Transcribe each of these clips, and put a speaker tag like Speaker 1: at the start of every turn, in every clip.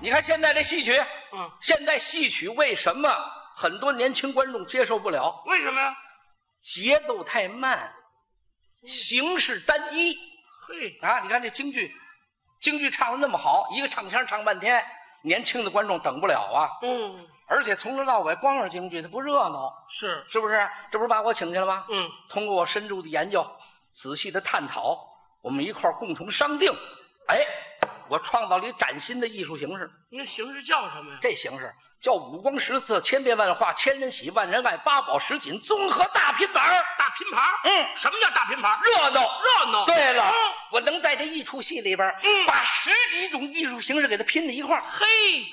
Speaker 1: 你看现在这戏曲，
Speaker 2: 嗯，
Speaker 1: 现在戏曲为什么很多年轻观众接受不了？
Speaker 2: 为什么呀？
Speaker 1: 节奏太慢，形式单一
Speaker 2: 嘿，
Speaker 1: 啊！你看这京剧，京剧唱的那么好，一个唱腔唱半天，年轻的观众等不了啊！
Speaker 2: 嗯，
Speaker 1: 而且从头到尾光是京剧，它不热闹，
Speaker 2: 是，
Speaker 1: 是不是？这不是把我请去了吗？
Speaker 2: 嗯，
Speaker 1: 通过我深入的研究、仔细的探讨，我们一块儿共同商定，哎，我创造了一崭新的艺术形式。
Speaker 2: 那形式叫什么呀？
Speaker 1: 这形式叫五光十色、千变万化、千人喜、万人爱、八宝十锦综合大拼盘儿
Speaker 2: 大拼盘儿
Speaker 1: 嗯
Speaker 2: 什么叫大拼盘儿？
Speaker 1: 热闹。
Speaker 2: 热闹。
Speaker 1: 对了
Speaker 2: 嗯，
Speaker 1: 我能在这一出戏里边儿，
Speaker 2: 嗯
Speaker 1: 把十几种艺术形式给它拼在一块儿
Speaker 2: 嘿，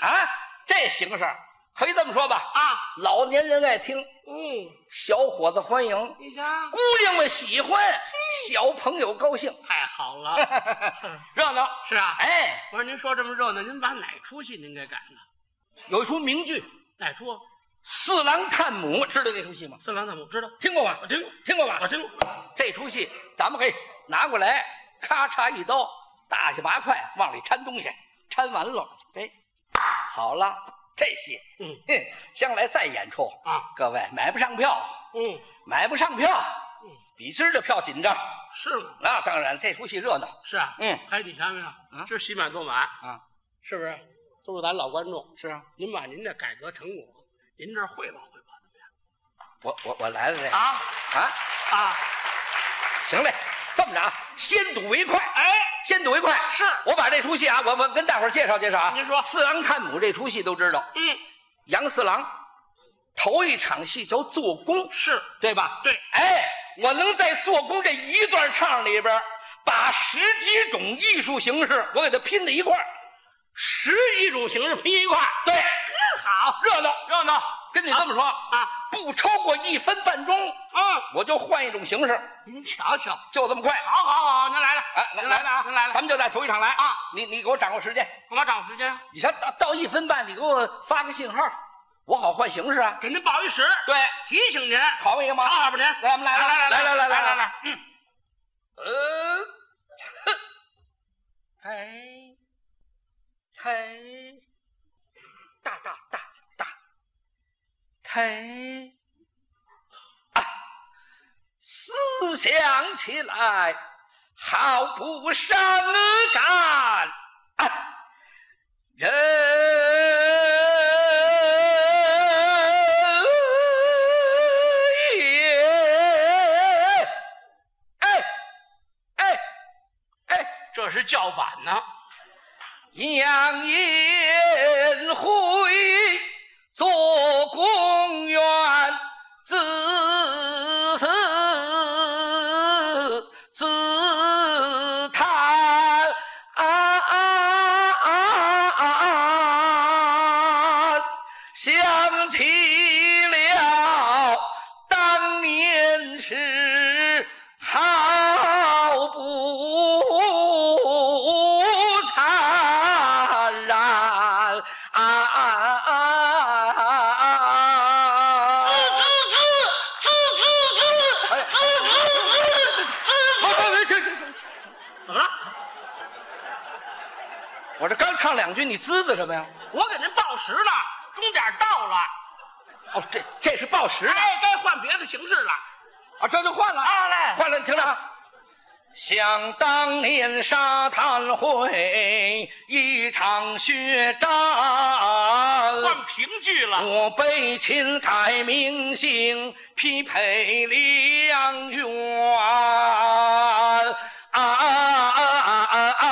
Speaker 1: 啊！这形式可以这么说吧，
Speaker 2: 啊，
Speaker 1: 老年人爱听，
Speaker 2: 哦，
Speaker 1: 小伙子欢迎，
Speaker 2: 你家
Speaker 1: 姑娘们喜欢，小朋友高兴，
Speaker 2: 太好了，
Speaker 1: 热闹。
Speaker 2: 是啊。
Speaker 1: 哎，
Speaker 2: 我说您说这么热闹，您把哪出戏您给改了？
Speaker 1: 有一出名剧《
Speaker 2: 哪出？
Speaker 1: 四郎探母》，知道这出戏吗？
Speaker 2: 四郎探母知道？
Speaker 1: 听过吧？
Speaker 2: 我听过，
Speaker 1: 听过吧？
Speaker 2: 我听过。
Speaker 1: 这出戏咱们可以拿过来，咔嚓一刀，大卸八块往里掺东西，掺完了，哎，好了，这戏，
Speaker 2: 嗯
Speaker 1: 哼，将来再演出，
Speaker 2: 啊，
Speaker 1: 各位买不上票，
Speaker 2: 嗯，
Speaker 1: 买不上票
Speaker 2: 嗯，
Speaker 1: 比今儿的票紧张。
Speaker 2: 是吗？
Speaker 1: 那当然，这出戏热闹，
Speaker 2: 是啊。
Speaker 1: 嗯
Speaker 2: 还有你瞧没有？
Speaker 1: 啊
Speaker 2: 这喜满坐满
Speaker 1: 啊，
Speaker 2: 是不是？都是咱老观众。
Speaker 1: 是啊，
Speaker 2: 您把您的改革成果，您这儿汇报汇报
Speaker 1: 我我我来了这
Speaker 2: 啊
Speaker 1: 啊，
Speaker 2: 啊！
Speaker 1: 行嘞，这么着啊，先睹为快，哎，先睹为快。
Speaker 2: 是
Speaker 1: 我把这出戏啊，我我跟大伙儿介绍介绍啊。
Speaker 2: 您说
Speaker 1: 四郎探母这出戏都知道，
Speaker 2: 嗯，
Speaker 1: 杨四郎头一场戏叫做工，
Speaker 2: 是
Speaker 1: 对吧？
Speaker 2: 对，
Speaker 1: 哎，我能在做工这一段唱里边儿，把十几种艺术形式我给它拼在一块儿，
Speaker 2: 十几种形式拼一块儿，
Speaker 1: 对，
Speaker 2: 好
Speaker 1: 热闹。
Speaker 2: 热闹
Speaker 1: 跟你这么说，
Speaker 2: 啊！
Speaker 1: 不超过一分半钟，
Speaker 2: 嗯，
Speaker 1: 我就换一种形式，
Speaker 2: 您瞧瞧，
Speaker 1: 就这么快。
Speaker 2: 好好好，您来了，
Speaker 1: 哎，
Speaker 2: 您来了啊，您来了
Speaker 1: 咱，们就在头一场来
Speaker 2: 啊！
Speaker 1: 你你给我掌握时间，
Speaker 2: 干嘛耽误时间啊？
Speaker 1: 你瞧到到一分半，你给我发个信号，我好换形式啊。
Speaker 2: 给您报一时，
Speaker 1: 对，
Speaker 2: 提醒您，
Speaker 1: 好一个吗？
Speaker 2: 好好吧您，
Speaker 1: 咱们来吧来来
Speaker 2: 来来来
Speaker 1: 来
Speaker 2: 来
Speaker 1: 来
Speaker 2: 来，嗯，
Speaker 1: 呃，抬抬大大大大抬啊！思想起来，好不伤感啊！人也。哎，哎，哎，
Speaker 2: 这是叫板呢，
Speaker 1: 杨延辉做公园，自此自叹想起了当年时好不惨然。
Speaker 3: 滋滋滋滋滋滋滋滋滋滋滋滋滋。
Speaker 1: 行行行，
Speaker 2: 怎么了？
Speaker 1: 我这刚唱两句，你滋的什么呀？
Speaker 2: 我给您报时了，终点到了，
Speaker 1: 哦，这这是报时啊，
Speaker 2: 哎，该换别的形式了，
Speaker 1: 啊这就换了，
Speaker 2: 哎来
Speaker 1: 换了，听着啊。想当年沙滩会一场血战，
Speaker 2: 换评剧了，
Speaker 1: 我被秦改名姓，匹配良缘。啊啊啊啊啊啊啊啊！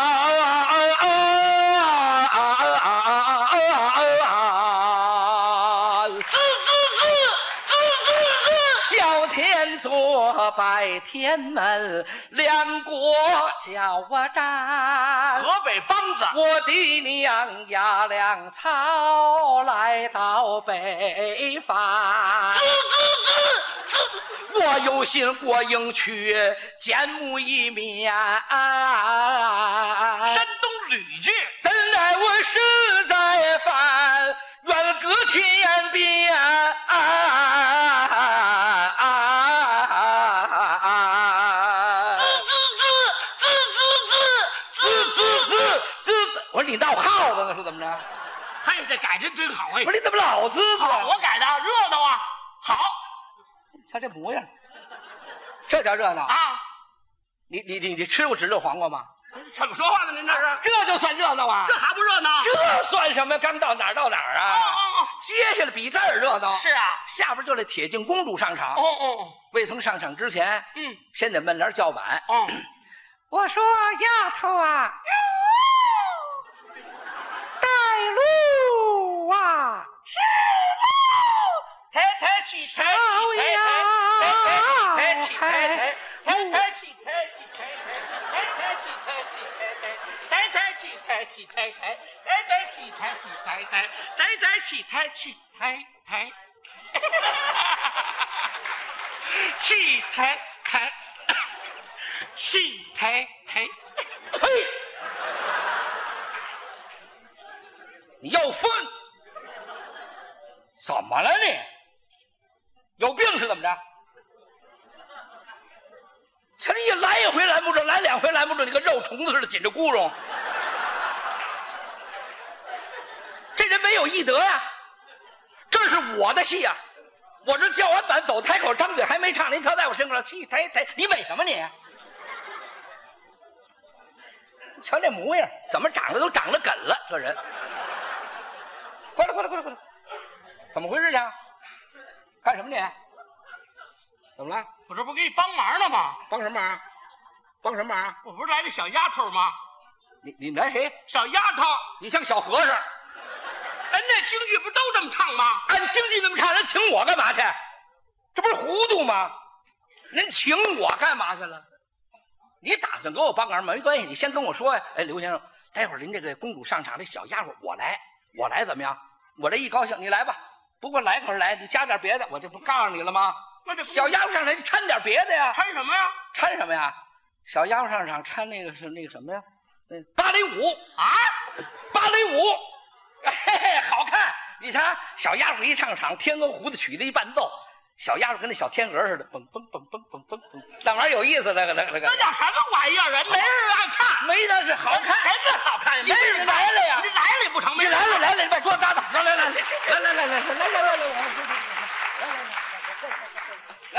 Speaker 1: 小天坐拜天门，两国交啊战。
Speaker 2: 河北梆子，
Speaker 1: 我的娘呀，粮草来到北方，我有心过营去见母一面，
Speaker 2: 山东吕剧，
Speaker 1: 怎奈我身在犯，远隔天边。吱吱吱吱吱，我说你闹耗子呢，是怎么着？
Speaker 2: 哎呦，这改真真好哎
Speaker 1: 不！是你怎么老撕撕啊？
Speaker 2: 好，我改的啊，热闹啊，好
Speaker 1: 瞧这模样，这叫热闹！
Speaker 2: 啊！
Speaker 1: 你你你你吃过指溜黄瓜吗？
Speaker 2: 怎么说话呢？您这是？
Speaker 1: 这就算热闹啊！
Speaker 2: 这还不热闹？
Speaker 1: 这算什么？刚到哪儿到哪儿
Speaker 2: 哦
Speaker 1: 啊？
Speaker 2: 哦
Speaker 1: 接下来比这儿热闹
Speaker 2: 哦，。是啊，
Speaker 1: 下边就这铁镜公主上场，
Speaker 2: 哦哦哦，
Speaker 1: 未曾上场之前，
Speaker 2: 嗯，
Speaker 1: 先得闷帘叫板。
Speaker 2: 哦，
Speaker 1: 我说丫头啊，带路啊，
Speaker 2: 抬抬起，抬起，抬抬，抬起，抬抬，抬抬起，抬起，抬抬，抬抬起，抬起，抬抬，抬抬起，抬起，抬抬，抬抬起，抬起，抬抬，抬抬起，抬起，抬抬，起抬 抬，起抬抬，
Speaker 1: 呸！你要疯？怎么了你？有病是怎么着？瞧你一来一回拦不住，来两回拦不住，你跟肉虫子似的紧着咕噜。这人没有艺德呀、这是我的戏呀、我这叫完板走，抬口张嘴还没唱，您瞧在我身上气抬抬，你美什么你？啊瞧这模样，怎么长得都长得梗了？这人，过来，过来，过来，过来，怎么回事啊？干什么你？怎么了？
Speaker 2: 我这不给你帮忙呢吗？
Speaker 1: 帮什么忙啊？帮什么忙啊？
Speaker 2: 我不是来个小丫头吗？
Speaker 1: 你你来谁？
Speaker 2: 小丫头，
Speaker 1: 你像小和尚，
Speaker 2: 哎，那京剧不都这么唱吗？
Speaker 1: 按京剧这么唱，人请我干嘛去？这不是糊涂吗？您请我干嘛去了？你打算给我帮个忙？没关系，你先跟我说呀。哎，刘先生，待会儿您这个公主上场，这小丫鬟我来，我来怎么样？我这一高兴，你来吧。不过来可是来，你加点别的，我这不告诉你了吗？
Speaker 2: 那这
Speaker 1: 小丫鬟上场，你掺点别的呀？
Speaker 2: 穿什么呀？
Speaker 1: 掺什么呀？小丫鬟上场掺那个是那个什么呀？那芭蕾舞。
Speaker 2: 啊，
Speaker 1: 芭蕾舞，嘿嘿，好看。你瞧，小丫头一上场，天鹅湖的曲子一伴奏，小丫头跟那小天鹅似的，蹦蹦蹦蹦蹦蹦蹦，那玩意儿有意思，那个那个那个
Speaker 2: 那，叫什么玩意儿啊？没人爱看，
Speaker 1: 没那是好看。
Speaker 2: 还真好看。
Speaker 1: 你你来了哎呀
Speaker 2: 你来了也不成，
Speaker 1: 你
Speaker 2: 没
Speaker 1: 来了
Speaker 2: 了，
Speaker 1: 来了，你把桌搭倒，来来来来来来来来来来来来来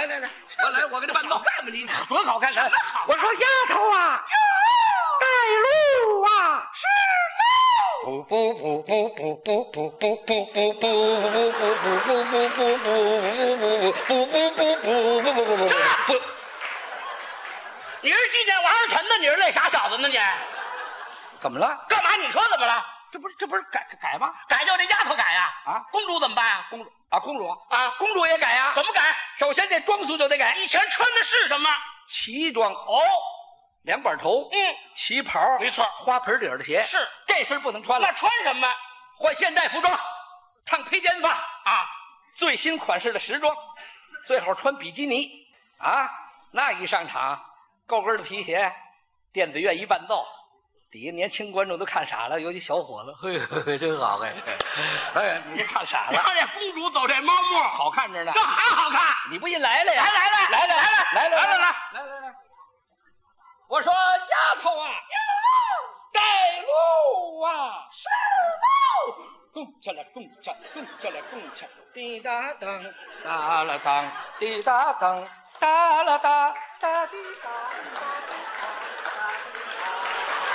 Speaker 1: 来来，我来我给你伴奏，
Speaker 2: 干嘛你？
Speaker 1: 多好看！
Speaker 2: 什么好？
Speaker 1: 我说丫头啊，带路啊！是路。不不不不不不不不不不不不不不不不不不不不不不不不不不。
Speaker 2: 你是纪念王二臣呢？你是那傻小子呢？你
Speaker 1: 怎么了？
Speaker 2: 干嘛？你说怎么了？
Speaker 1: 这不是这不是改改吗？
Speaker 2: 改就这丫头改呀？
Speaker 1: 啊，
Speaker 2: 公主怎么办呀？
Speaker 1: 公主啊，公主，
Speaker 2: 啊，
Speaker 1: 公主也改呀、
Speaker 2: 怎么改？
Speaker 1: 首先这装束就得改，
Speaker 2: 以前穿的是什么？
Speaker 1: 旗装哦，两管头，
Speaker 2: 嗯，
Speaker 1: 旗袍，
Speaker 2: 没错
Speaker 1: 花盆底儿的鞋
Speaker 2: 是
Speaker 1: 这身不能穿
Speaker 2: 那
Speaker 1: 了，
Speaker 2: 穿什么
Speaker 1: 换现代服装，烫披肩发。
Speaker 2: 啊？
Speaker 1: 最新款式的时装，最好穿比基尼啊！那一上场，高跟的皮鞋，电子乐一伴奏，底下年轻观众都看傻了，尤其小伙子，嘿，嘿嘿真好哎！哎，你这看傻
Speaker 2: 然
Speaker 1: 了，
Speaker 2: 后这公主走这猫步，
Speaker 1: 好看着呢
Speaker 2: 这。还好看。
Speaker 1: 你不信来哎了呀？
Speaker 2: 来来来
Speaker 1: 来了来了来
Speaker 2: 来了来
Speaker 1: 来
Speaker 2: 了
Speaker 1: 来来来！我说丫头啊，带路啊！是路。拱起来，拱起来，拱起来，拱起来！滴答当，哒啦当，滴答当，哒啦哒，哒滴答，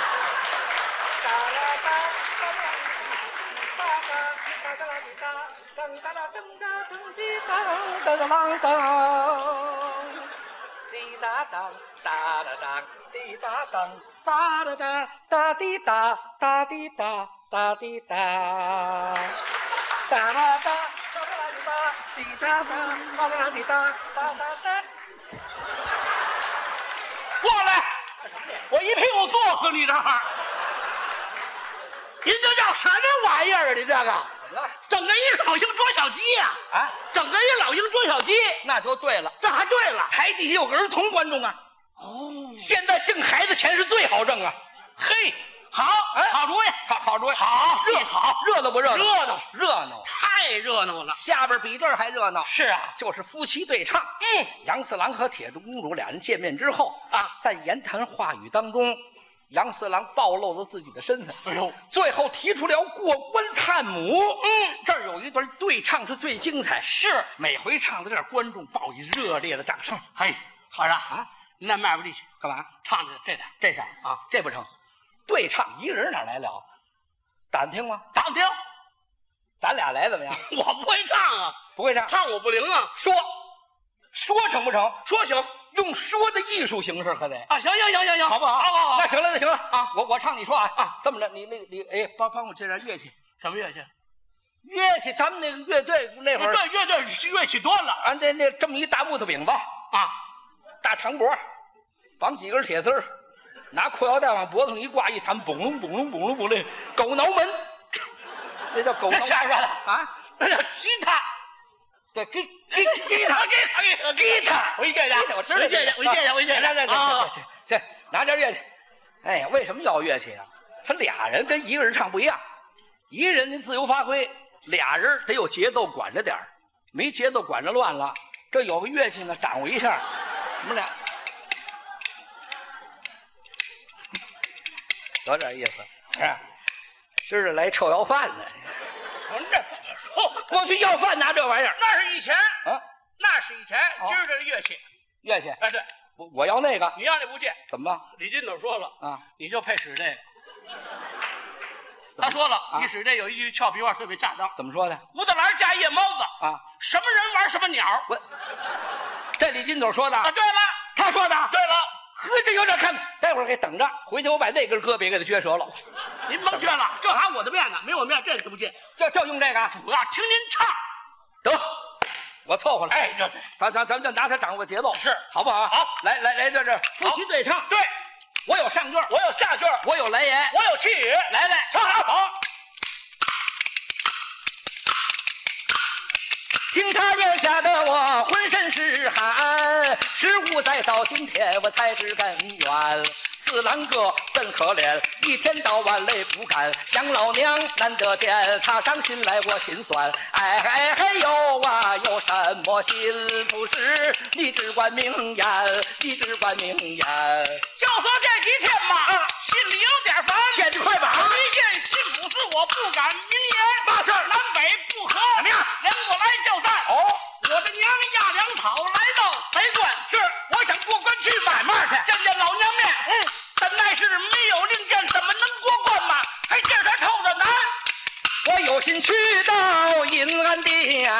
Speaker 1: 哒啦哒，哒啦哒，哒啦哒，哒啦哒，哒哒当，哒当。滴答当，哒哒当，滴答当，哒哒哒，哒滴答，哒滴答，哒滴答，哒啦哒，哒啦哒，滴答当，哒啦滴答，哒哒哒。
Speaker 2: 过来，我一屁股坐死你这儿！您这叫什么玩意儿啊？您这个
Speaker 1: 怎么了？
Speaker 2: 整个一老鹰捉小鸡呀、
Speaker 1: 啊，
Speaker 2: 整个一老鹰捉小鸡，
Speaker 1: 那就对了，
Speaker 2: 这还对了。
Speaker 1: 台底下有儿童观众啊，
Speaker 2: 哦，
Speaker 1: 现在挣孩子钱是最好挣啊。
Speaker 2: 嘿，好，好主意，
Speaker 1: 好好主意，
Speaker 2: 好
Speaker 1: 热
Speaker 2: 戏好
Speaker 1: 热闹不热闹？
Speaker 2: 哎热闹，
Speaker 1: 热闹。
Speaker 2: 太热闹了。
Speaker 1: 下边比这儿还热闹，
Speaker 2: 是啊，
Speaker 1: 就是夫妻对唱。
Speaker 2: 嗯，
Speaker 1: 杨四郎和铁柱公主俩人见面之后
Speaker 2: 啊，
Speaker 1: 在言谈话语当中，杨四郎暴露了自己的身份，
Speaker 2: 哎呦，
Speaker 1: 最后提出了过关探母。
Speaker 2: 嗯，
Speaker 1: 这儿有一段对唱是最精彩，
Speaker 2: 是，
Speaker 1: 每回唱到这儿，观众报以热烈的掌声。
Speaker 2: 嘿，和尚
Speaker 1: 啊，
Speaker 2: 你那卖不力气，
Speaker 1: 干嘛？
Speaker 2: 唱的这点
Speaker 1: 这是
Speaker 2: 啊，
Speaker 1: 这不成，对唱一个人哪来了？敢听吗？
Speaker 2: 打不听，
Speaker 1: 咱俩来怎么样？
Speaker 2: 我不会唱啊，
Speaker 1: 不会唱，
Speaker 2: 唱我不灵啊。
Speaker 1: 说说成不成？
Speaker 2: 说行
Speaker 1: 用说的艺术形式可得。
Speaker 2: 啊，行行行行行，
Speaker 1: 好不好？
Speaker 2: 好好
Speaker 1: 那
Speaker 2: 好，
Speaker 1: 行了，那行了啊！我我唱，你说啊啊！这么着，你那个你哎，帮帮我借点乐器，
Speaker 2: 什么乐器？
Speaker 1: 乐器，咱们那个乐队那会儿
Speaker 2: 这乐队乐器多了
Speaker 1: 啊，那那这么一大木头饼子，
Speaker 2: 啊，
Speaker 1: 大长脖，绑几根铁丝儿，拿裤腰带往脖子上一挂，一弹，嘣隆嘣隆嘣隆嘣隆，狗挠门， 那叫狗挠
Speaker 2: 那瞎
Speaker 1: 门
Speaker 2: 说的
Speaker 1: 啊！
Speaker 2: 那叫吉他。
Speaker 1: 对，给给给他给他给他 给他，
Speaker 2: 我一见见
Speaker 1: 我知道
Speaker 2: 我一见见我一见见我一见见
Speaker 1: 来来来，
Speaker 2: 啊
Speaker 1: 去去去，拿点乐器。哎呀，为什么要乐器啊？他俩人跟一个人唱不一样，一个人您自由发挥，俩人得有节奏管着点儿没节奏管着乱了。这有个乐器呢，掌握一下，我们俩有点意思，是吧今儿来臭要饭的，
Speaker 2: 我说那怎么说话？
Speaker 1: 过去要饭拿这玩意儿
Speaker 2: 那是以前，
Speaker 1: 啊，
Speaker 2: 那是以前，今儿这是乐器。
Speaker 1: 乐器，
Speaker 2: 哎，对，
Speaker 1: 我我要那个，
Speaker 2: 你要那不借，
Speaker 1: 怎么办？
Speaker 2: 李金斗说了，
Speaker 1: 啊，
Speaker 2: 你就配使这个。
Speaker 1: 怎么
Speaker 2: 他说了，
Speaker 1: 啊
Speaker 2: 你使这有一句俏皮话特别恰当：
Speaker 1: 怎么说的
Speaker 2: 武大郎架夜猫子，
Speaker 1: 啊？
Speaker 2: 什么人玩什么鸟。
Speaker 1: 我这李金斗说的，
Speaker 2: 啊，对了，
Speaker 1: 他说的，
Speaker 2: 对了，
Speaker 1: 呵，这有点看头。待会儿给等着，回去我把那根胳膊也给他撅折了，
Speaker 2: 您甭劝了，这还我的面呢，没我面这都不借。
Speaker 1: 就就用这个啊，
Speaker 2: 我要听您唱。
Speaker 1: 得，我凑合了。
Speaker 2: 哎，对对
Speaker 1: 咱咱咱们就拿它掌握节奏，
Speaker 2: 是
Speaker 1: 好不好？啊
Speaker 2: 好，
Speaker 1: 来来来，这这夫妻对唱，
Speaker 2: 对，
Speaker 1: 我有上句儿，
Speaker 2: 我有下句儿，
Speaker 1: 我有来言，
Speaker 2: 我有气语。
Speaker 1: 来来，
Speaker 2: 上好走。
Speaker 1: 听他念吓得我浑身是汗，失误再到今天我才知根源。四郎哥真可怜，一天到晚泪不干，想老娘难得见，他伤心来我心酸。哎哎嘿呦啊，有什么心不是？你只管明言，你只管明言。
Speaker 2: 就说这几天吧，心里有点烦。
Speaker 1: 啊天气快板
Speaker 2: 没见信不是我不敢明言。
Speaker 1: 嘛事儿
Speaker 2: 南北不和，
Speaker 1: 怎么样
Speaker 2: 人不来就散。
Speaker 1: 哦，
Speaker 2: 我的娘压粮草来到北关，
Speaker 1: 是
Speaker 2: 我想过关去买
Speaker 1: 卖去
Speaker 2: 见见老娘面。嗯，怎奈是没有令箭，怎么能过关嘛？还地儿还透着南。
Speaker 1: 我有心去到银安殿，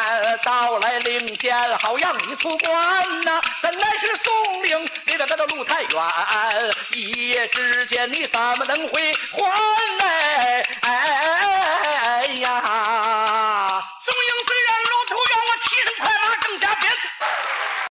Speaker 1: 到来领见，好让你出关呐、怎奈是宋陵离得咱的路太远，一夜之间你怎么能回还呢？哎哎哎